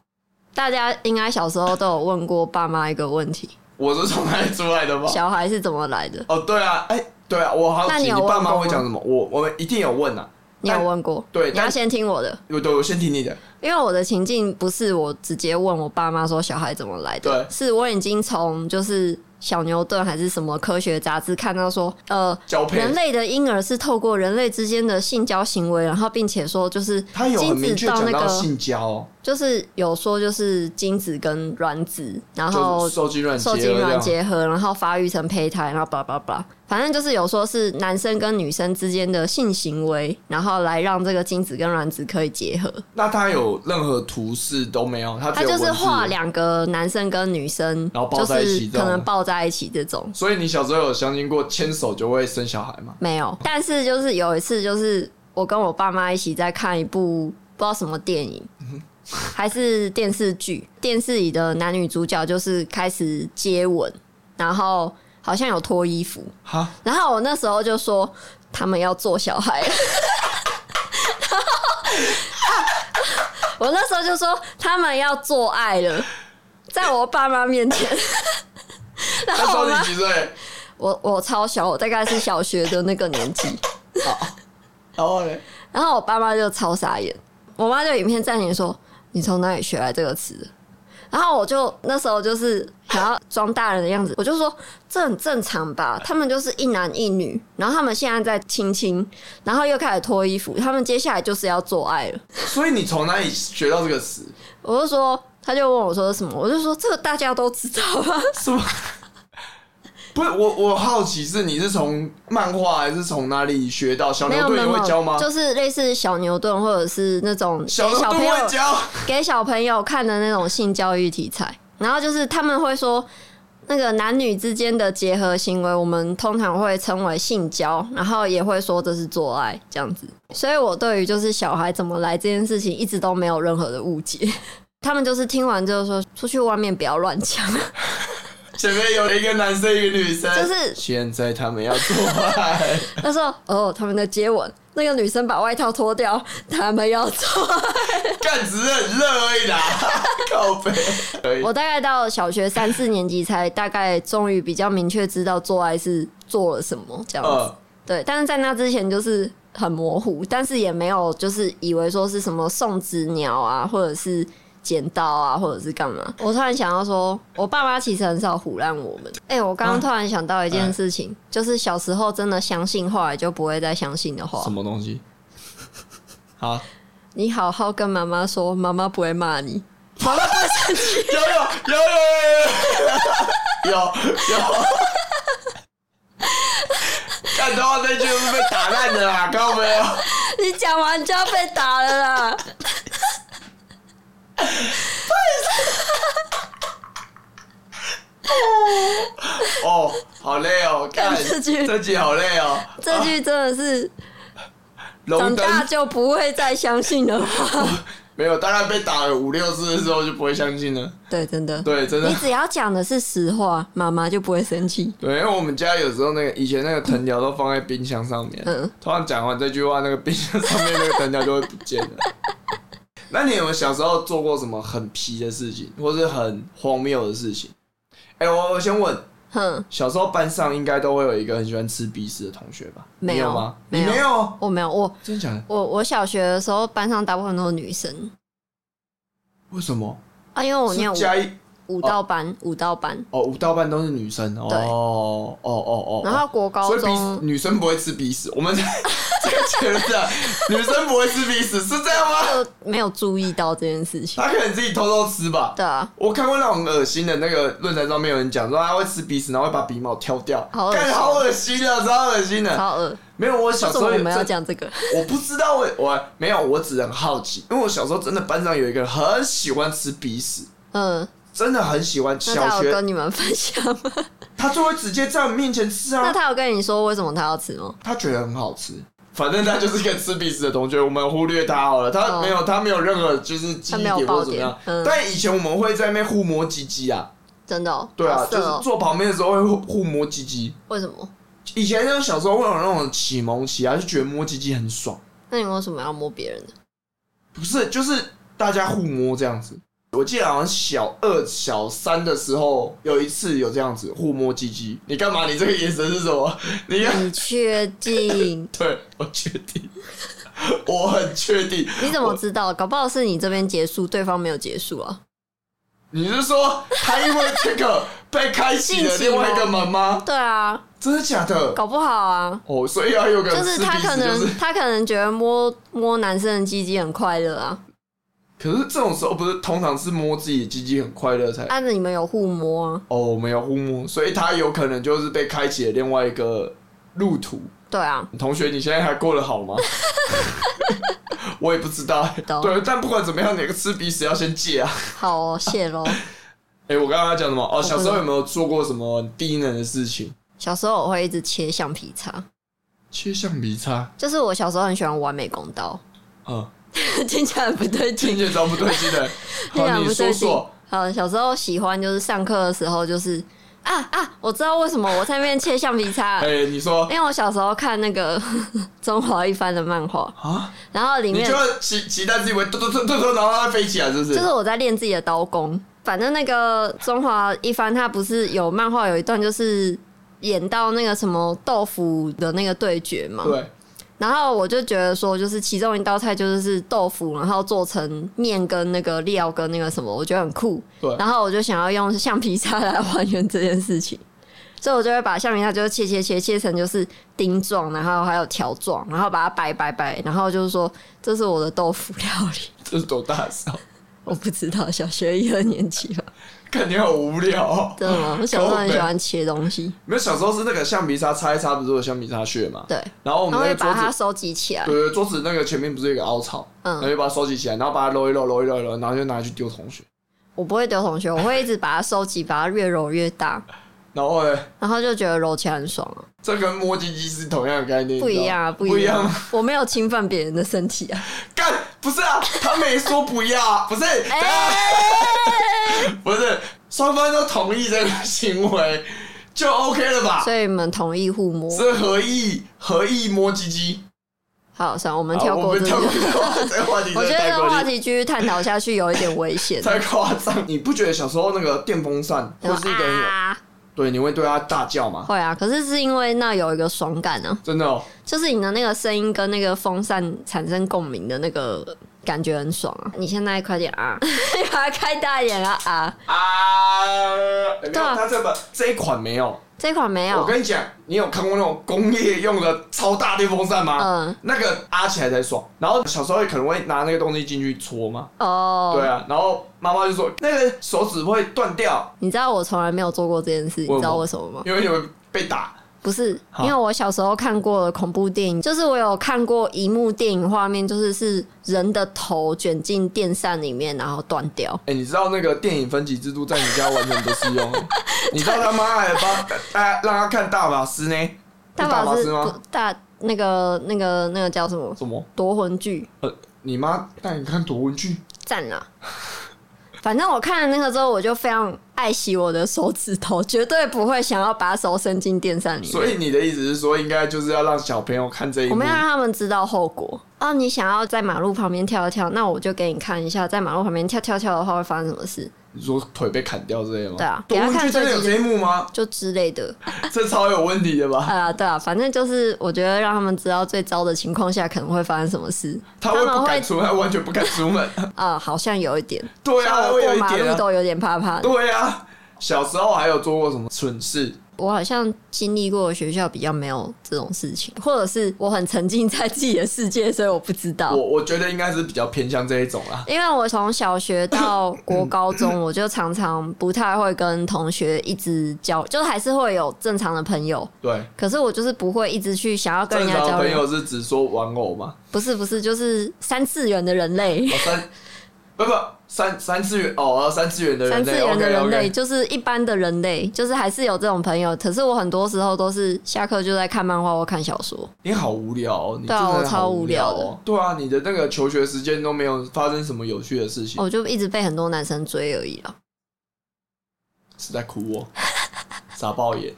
B: 大家应该小时候都有问过爸妈一个问题：
A: 我是从哪里出来的吗？
B: 小孩是怎么来的？
A: 哦，对啊，哎、对啊，我好
B: 那
A: 奇
B: 你有
A: 爸
B: 问
A: 妈
B: 过
A: 会
B: 吗
A: 讲什么？我我们一定有问啊。
B: 你有问过？
A: 对
B: 你要
A: 但
B: 先听我的。
A: 我对，我先听你的。
B: 因为我的情境不是我直接问我爸妈说小孩怎么来的
A: 对，
B: 是我已经从就是小牛顿还是什么科学杂志看到说，呃，
A: 交配
B: 人类的婴儿是透过人类之间的性交行为，然后并且说就是
A: 他有很
B: 精
A: 明
B: 子
A: 确讲
B: 那
A: 到
B: 个，
A: 性交、哦，
B: 就是有说就是精子跟卵子，然
A: 就
B: 后
A: 是受精卵结
B: 受
A: 合这
B: 精卵
A: 样。
B: 结合，然后发育成胚胎，然后叭叭叭，反正就是有说是男生跟女生之间的性行为，然后来让这个精子跟卵子可以结合。
A: 那他有任何图示都没有，他只
B: 他
A: 有
B: 就是
A: 文字
B: 画两个男生跟女生，
A: 然后抱在一起
B: 就是可能抱在一起这种。
A: 所以你小时候有相信过牵手就会生小孩吗？
B: 没有，但是就是有一次，就是我跟我爸妈一起在看一部不知道什么电影，
A: 嗯
B: 还是电视剧。电视里的男女主角就是开始接吻，然后好像有脱衣服，
A: 哈，
B: 然后我那时候就说他们要做小孩， 然后我那时候就说他们要做爱了，在我爸妈面前。 然
A: 那时
B: 后我
A: 候
B: 妈
A: 你，几岁？
B: 我我超小，我大概是小学的那个年纪。
A: 然后嘞，
B: 然后我爸妈就超傻眼，我妈就影片暂停说：“你从哪里学来这个词的？”然后我就那时候就是想要装大人的样子，我就说这很正常吧，他们就是一男一女，然后他们现在在亲亲，然后又开始脱衣服，他们接下来就是要做爱了。
A: 所以你从哪里学到这个词？
B: 我 就说，他就问我说什么，我就说这个大家都知道啊，
A: 什么？不是我，我好奇是你是从漫画还是从哪里学到？小
B: 没
A: 牛
B: 有没
A: 顿也
B: 有，没
A: 会教
B: 有
A: 吗？
B: 就是类似小牛顿或者是那种给
A: 小牛
B: 小
A: 顿
B: 朋友
A: 会教，
B: 给小朋友看的那种性教育题材，然后就是他们会说。那个男女之间的结合行为，我们通常会称为性交，然后也会说这是做爱这样子。所以我对于就是小孩怎么来这件事情，一直都没有任何的误解。 他们就是听完之后说，出去外面不要乱讲，
A: 前面有一个男生一个女生，
B: 就是
A: 现在他们要做 爱，
B: 他说：“哦，他们在接吻。”那个女生把外套脱掉，他们要走。
A: 干只是很热而已 啦，靠背而已。
B: 我大概到小学三四年级才大概终于比较明确知道做爱是做了什么这样子。
A: 呃，
B: 对，但是在那之前就是很模糊，但是也没有就是以为说是什么送子鸟啊，或者是剪刀啊，或者是干嘛。我突然想到说，我爸妈其实很少唬烂我们。 哎、我刚刚突然想到一件事情，就是小时候真的相信，后来就不会再相信的话。
A: 什么东西？ 好，
B: 你好好跟妈妈说，妈妈不会骂你。
A: 有有有有有有有有。干的话，那句是被打烂的 啦，看到没有？
B: 你讲完就要被打了啦！
A: 哦，好累哦，看
B: 干这句
A: 这集好累哦。
B: 这句真的是长
A: 龙
B: 大
A: 灯
B: 就不会再相信了话。
A: 没有，大概被打了五六次之后就不会相信了。
B: 对，啊真的。
A: 对，真的
B: 你。只要讲的是实话，妈妈就不会生气。
A: 对，因为我们家有时候那个以前那个藤条都放在冰箱上面，
B: 嗯
A: 突然讲完这句话，那个冰箱上面那个藤条就会不见了。 那你有没有小时候做过什么很皮的事情，或是很荒谬的事情？哎、我我先问，
B: 哼，
A: 小时候班上应该都会有一个很喜欢吃鼻屎的同学吧？
B: 没
A: 你
B: 有
A: 有吗？
B: 没
A: 你
B: 有
A: 没有？
B: 哦我没有，我
A: 真的假的？
B: 我我小学的时候班上大部分都是女生
A: 为什么？
B: 啊，因为我念
A: 是
B: 舞
A: 加一
B: 舞蹈班，舞蹈班，
A: 哦，舞蹈班都是女生哦
B: 对
A: 哦哦哦哦，
B: 然后国高
A: 所以鼻
B: 中
A: 女生不会吃鼻屎，我 们这个结论啊，女生不会吃鼻屎是这样 吗？
B: 就没有注意到这件事情。
A: 她可能自己偷偷吃吧。
B: 对啊，
A: 我看过那种很恶心的那个论坛上面有人讲说他会吃鼻屎，然后会把鼻毛挑掉，
B: 好恶心
A: 干好恶心啊，超恶心的。
B: 超恶。
A: 没有，我
B: 为
A: 小时
B: 什么
A: 候
B: 我
A: 有
B: 们要
A: 这
B: 讲这个？
A: 我不知道我我没有，我只很好奇，因为我小时候真的班上有一个人很喜欢吃鼻屎，
B: 嗯，
A: 真的很喜欢。
B: 那他
A: 小
B: 有
A: 学
B: 跟你们分享吗？
A: 他就会直接在我面前吃啊。
B: 那他有跟你说为什么他要吃吗？
A: 他觉得很好吃。反正他就是一个吃鼻屎的同学，我们忽略他好了。他
B: 哦
A: 没有，他没有任何就是记忆
B: 他没有
A: 点
B: 爆
A: 或怎么样
B: 点。嗯
A: 但以前我们会在那边互摸鸡鸡啊，
B: 真的、哦，
A: 对啊
B: 好，色
A: 就
B: 哦
A: 是坐旁边的时候会互互摸鸡鸡。
B: 为什么？
A: 以前就是小时候会有那种启蒙期啊，就觉得摸鸡鸡很爽。
B: 那你为什么要摸别人的？
A: 不是，就是大家互摸这样子。我记得好像小二、小三的时候，有一次有这样子互摸鸡鸡。你干嘛？你这个眼神是什么？你看，？
B: 你确定
A: 对我确定，我很确定。
B: 你怎么知道？搞不好是你这边结束，对方没有结束啊。
A: 你是说他因为这个被开启 了另外一个门吗？
B: 对啊，
A: 真的假的？
B: 搞不好啊，
A: 哦，所以要有个
B: 就
A: 人
B: 是
A: 吃
B: 他
A: 鼻
B: 可
A: 屎，就
B: 能
A: 是。
B: 他可能觉得摸摸男生的鸡鸡很快乐啊。
A: 可是这种时候不是通常是摸自己的鸡鸡很快乐才？
B: 按啊着你们有互摸啊，
A: 哦，我们要互摸，所以他有可能就是被开启了另外一个路途。
B: 对啊，
A: 同学，你现在还过得好 吗？我也不知道、
B: 懂
A: 对，但不管怎么样，哪个吃鼻屎要先戒啊。
B: 好 哦，谢喽。
A: 哎、我刚刚要讲什么？哦，
B: 知
A: 小
B: 道
A: 时候有没有做过什么很低能的事情？
B: 小时候我会一直切橡皮擦，
A: 切橡皮擦，
B: 就是我小时候很喜欢玩美工刀，
A: 嗯，
B: 听起来很不对劲
A: 听。见找不对劲 的。
B: 对啊
A: 好，，你
B: 不对
A: 说
B: 劲
A: 说。。
B: 好，小时候喜欢就是上课的时候就是啊啊，我知道为什么我在那边切橡皮擦
A: 哎、
B: 了，
A: 你说
B: 因为我小时候看那个 《中华一番》的漫画，
A: 啊？
B: 然后里
A: 你
B: 面
A: 就会期期待自己会嘟嘟嘟嘟嘟，然后它飞起来，是不是？
B: 就是我在练自己的刀工。反正那个《中华一番》它不是有漫画有一段就是演到那个什么豆腐的那个对决嘛，
A: 对，
B: 然后我就觉得说，就是其中一道菜就是豆腐，然后做成面跟那个料跟那个什么，我觉得很酷。
A: 对
B: 然后我就想要用橡皮擦来还原这件事情，所以我就会把橡皮擦就是切切切切成就是丁状，然后还有条状，然后把它摆摆摆，然后就是说这是我的豆腐料理。
A: 这是多大的时候？
B: 我不知道，小学一二年级吧。
A: 感觉好无聊哦、
B: 真的吗？我小时候很喜欢切东西，
A: 没有小时候是那个橡皮擦擦一擦，不是有橡皮擦屑嘛？
B: 对，
A: 然哦后我
B: 然
A: 们
B: 后
A: 那个
B: 会把
A: 桌
B: 它
A: 子，
B: 收集起来
A: 对。对，桌子那个前面不是有一个凹槽，然后
B: 嗯，
A: 就把它收集起来，然后把它揉一揉，揉一揉，揉一揉，然后就拿去丢同学。
B: 我不会丢同学，我会一直把它收集，把它越揉越大，
A: 然后呢，
B: 然后就觉得揉起来很爽 啊。
A: 这跟摸鸡鸡是同样的概念，
B: 不
A: 你知道
B: 一样啊，
A: 不
B: 一
A: 一样
B: 样
A: 吗。。
B: 我没有侵犯别人的身体 啊。
A: 干，不是啊，他没说不要 啊，不是，
B: 哎
A: 等一下 不是，双方都同意这个行为，就 OK 了吧？
B: 所以你们同意互摸？
A: 是合意合意摸鸡鸡，
B: 好，算了，我们
A: 好
B: 跳
A: 我
B: 过
A: 们
B: 这
A: 跳过
B: 个。
A: 这个话题，这个话题
B: 我
A: 真
B: 觉
A: 的
B: 得
A: 太
B: 这个
A: 过
B: 话
A: 分
B: 题继续探讨下去有一点 危险。
A: 太夸张，你不觉得小时候那个电风扇或是一个人有，
B: 啊，
A: 对，你会对他大叫吗？
B: 会啊，可是是因为那有一个爽感啊，
A: 真的哦，
B: 就是你的那个声音跟那个风扇产生共鸣的那个感觉很爽啊。你现在快点 啊，你把它开大一点啊啊！
A: 啊，没有，
B: 对啊
A: 他这本这一款没有。
B: 这款没
A: 我
B: 有，
A: 跟你讲，你有看过那种工业用的超大电风扇吗？
B: 嗯
A: 那个拉起来才爽。然后小时候可能会拿那个东西进去搓嘛，
B: 哦，
A: 对啊。然后妈妈就说那个手指会断掉，
B: 你知道我从来没有做过这件事，你
A: 为
B: 知道
A: 什么
B: 为什么吗？
A: 因为你会被打。
B: 不是，
A: 好
B: 因为我小时候看过的恐怖电影，就是我有看过一幕电影画面，就是是人的头卷进电扇里面，然后断掉。
A: 哎、你知道那个电影分级制度在你家完全不适用。 你知道他妈还把大家让他看大法师呢？
B: 大
A: 是大
B: 法
A: 法
B: 师
A: 师吗？
B: 不大那个那个那个叫什么
A: 什么？
B: 夺魂剧
A: 呃，你妈带你看夺魂剧？
B: 赞啦！反正我看了那个之后，我就非常爱惜我的手指头，绝对不会想要把手伸进电扇里面。
A: 所以你的意思是说，应该就是要让小朋友看这一
B: 嗯我啊
A: 幕
B: 们？要让他们知道后果。哦，你想要在马路旁边跳一跳，那我就给你看一下，在马路旁边跳跳跳的话会发生什么事。
A: 你说腿被砍掉之类的吗？
B: 对啊
A: 夺
B: 给
A: 魂
B: 他
A: 剧
B: 看
A: 真的有
B: 最
A: 这一幕吗？
B: 就之类的。
A: 这超有问题的吧？
B: 啊，对啊，反正就是我觉得让他们知道最糟的情况下可能会发生什么事。
A: 他会不敢出，他完全不敢出 门。
B: 啊，好像有一点，
A: 对啊，
B: 像
A: 他
B: 我
A: 会有
B: 过
A: 一
B: 马
A: 点、
B: 路
A: 啊。
B: 都有点怕怕的。
A: 对啊，小时候还有做过什么蠢事？
B: 我好像经历过的学校比较没有这种事情，或者是我很沉浸在自己的世界，所以我不知道
A: 我。我觉得应该是比较偏向这一种啦。
B: 因为我从小学到国高中，我就常常不太会跟同学一直交，就还是会有正常的朋友，
A: 对，
B: 可是我就是不会一直去想要跟
A: 正
B: 人家
A: 常的
B: 交
A: 朋
B: 流。
A: 友是只说玩偶嘛？
B: 不是不是，就是三次元的人类。
A: 哦， 三不不三三次元哦，三次元的人
B: 三
A: 类，
B: 次元的
A: OK，OK
B: 人类就是一般的人类，就是还是有这种朋友。可是我很多时候都是下课就在看漫画或看小说。
A: 你好无聊哦，你
B: 对
A: 真
B: 啊
A: 的
B: 我
A: 好
B: 超
A: 无
B: 无聊
A: 哦。对啊，你的那个求学时间都没有发生什么有趣的事情，
B: 我就一直被很多男生追而已了。
A: 是在哭 哦，傻爆眼。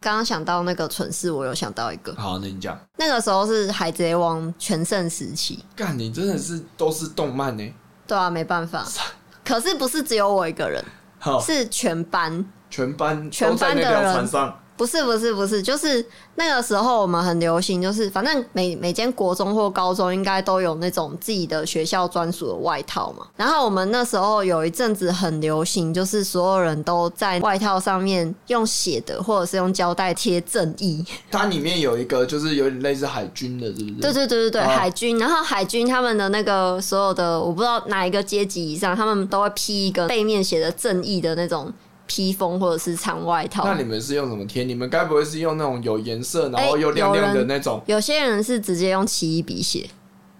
B: 刚刚想到那个蠢事，我有想到一个，
A: 好，那你讲，
B: 那个时候是《海贼王》全盛时期，
A: 干你真的是都是动漫欸呢。
B: 对啊，没办法。可是不是只有我一个人，
A: 好，
B: 是全班。
A: 全班
B: 全
A: 都在
B: 班
A: 那
B: 的
A: 条
B: 人
A: 船上，
B: 不是不是不是，就是那个时候我们很流行，就是反正每每间国中或高中应该都有那种自己的学校专属的外套嘛。然后我们那时候有一阵子很流行，就是所有人都在外套上面用写的或者是用胶带贴正义。
A: 它里面有一个就是有点类似海军的，是不是？
B: 对对对对对，
A: 啊
B: 海军。然后海军他们的那个所有的，我不知道哪一个阶级以上，他们都会披一个背面写的正义的那种披风或者是长外套。
A: 那你们是用什么贴？你们该不会是用那种有颜色，然后
B: 哎
A: 又亮
B: 有
A: 亮的
B: 人
A: 那种？
B: 有些人是直接用奇异笔写，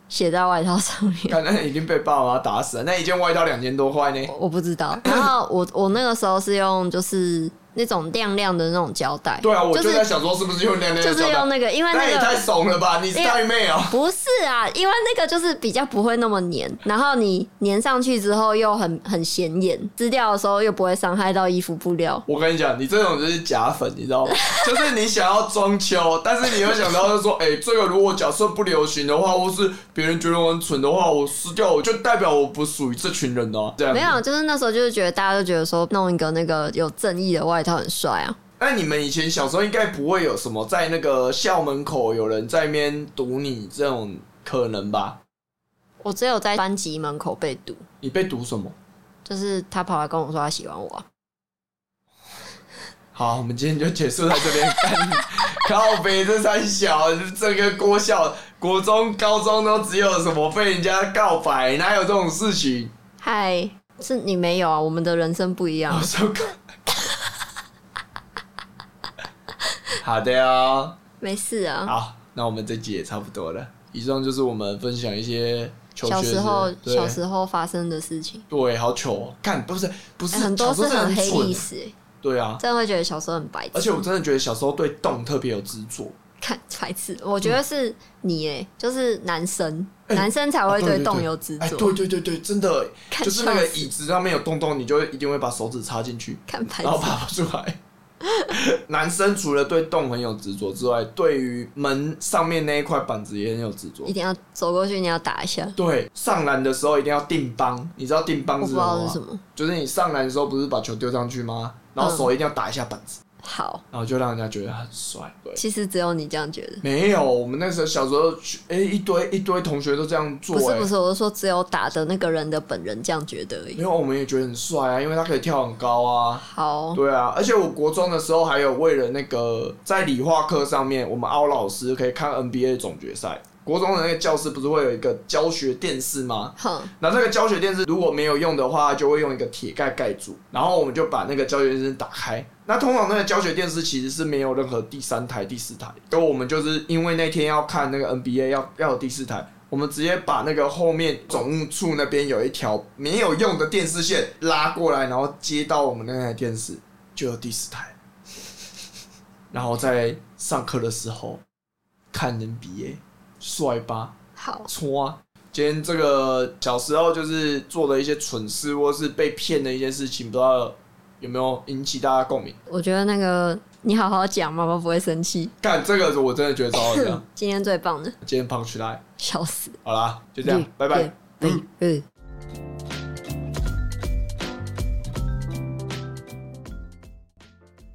B: 写在外套上面。
A: 看，那已经被爸妈打死了。那一件外套两千多块呢？
B: 我不 知道。然后我我那个时候是用就是那种亮亮的那种胶带，
A: 对啊，我
B: 就
A: 就在
B: 是
A: 想说是不是用亮亮
B: 就
A: 的
B: 是
A: 胶
B: 用
A: 带？
B: 那个，因为
A: 那也
B: 那
A: 太
B: 个。
A: 怂了吧！你是
B: 因为
A: 太妹哦。
B: 不是啊，因为那个就是比较不会那么粘，然后你粘上去之后又很很显眼，撕掉的时候又不会伤害到衣服布料。
A: 我跟你讲，你这种就是假粉，你知 道吗？就是你想要装秋，但是你又想到就说，哎、这个如果假设不流行的话，或是别人觉得我很蠢的话，我撕掉，我就代表我不属于这群人哦、这样子
B: 没有，就是那时候就是觉得大家都觉得说弄一个那个有正义的外套很帅啊。
A: 那你们以前小时候应该不会有什么在那个校门口有人在那边堵你这种可能吧？
B: 我只有在班级门口被堵，
A: 你被堵什么？
B: 就是他跑来跟我说他喜欢我啊、
A: 好，我们今天就结束在这边。干靠 北这三小，这个国小、国中、高中都只有什么被人家告白，哪有这种事情？
B: 嗨，是你没有啊，我们的人生不一样
A: 我。说 过。好的哦，
B: 没事啊，
A: 好，那我们这集也差不多了。以上就是我们分享一些求学
B: 小时候
A: 生对
B: 小时候发生的事情，
A: 对，好糗、哦，看不是不是、
B: 哎很多
A: 小时
B: 是
A: 候真的
B: 很黑
A: 蠢欸
B: 历史、哎
A: 对啊，
B: 真的会觉得小时候很白痴。
A: 而且我真的觉得小时候对动特别有执着，
B: 看白痴，我觉得是你哎、就是男生，
A: 嗯哎
B: 男生才
A: 哦
B: 会
A: 对
B: 对
A: 对
B: 动
A: 对
B: 有执
A: 哎，
B: 着
A: 对，对对对，真的
B: 看
A: 就是那
B: 笑
A: 个
B: 死
A: 椅子上面有洞洞，你就一定会把手指插进去，
B: 看白
A: 然后
B: 痴。
A: 爬不出来。 男生除了对洞很有执着之外，对于门上面那一块板子也很有执着
B: 一。定要走过去，你要打一下。
A: 对，上篮的时候一定要定帮，你知道定帮
B: 我不
A: 是
B: 知
A: 什么
B: 道
A: 吗？
B: 是什么。嗯
A: 就是你上篮的时候不是把球丢上去吗？然后手一定要打一下板子，
B: 好，
A: 然后就让人家觉得他很帅。对，
B: 其实只有你这样觉 得。
A: 没有，我们那时候小时候去，哎、一堆一堆同学都这样做、
B: 不是
A: 哎
B: 不是，我是说只有打的那个人的本人这样觉得而
A: 没
B: 已。
A: 有，我们也觉得很帅啊，因为他可以跳很高啊。
B: 好，
A: 对啊，而且我国中的时候还有为了那个在理化课上面，我们凹老师可以看 NBA 总决赛。国中的那个教室不是会有一个教学电视吗？
B: 哼，
A: 然后那个教学电视如果没有用的话，就会用一个铁盖盖住，然后我们就把那个教学电视打开。那通常那个教学电视其实是没有任何第三台、第四台，所以我们就是因为那天要看那个 NBA 要要有第四台，我们直接把那个后面总务处那边有一条没有用的电视线拉过来，然后接到我们那台电视，就有第四台。然后在上课的时候看 NBA，帅吧？
B: 好，
A: 错啊！今天这个小时候就是做的一些蠢事，或是被骗的一些事情，不知道有没有引起大家共鸣？
B: 我觉得那个你好好讲，妈妈不会生气。
A: 干这个我真的觉得超好笑
B: ，今天最棒的，
A: 今天胖起来，
B: 笑死。
A: 好啦，就这样，拜拜。
B: 嗯嗯。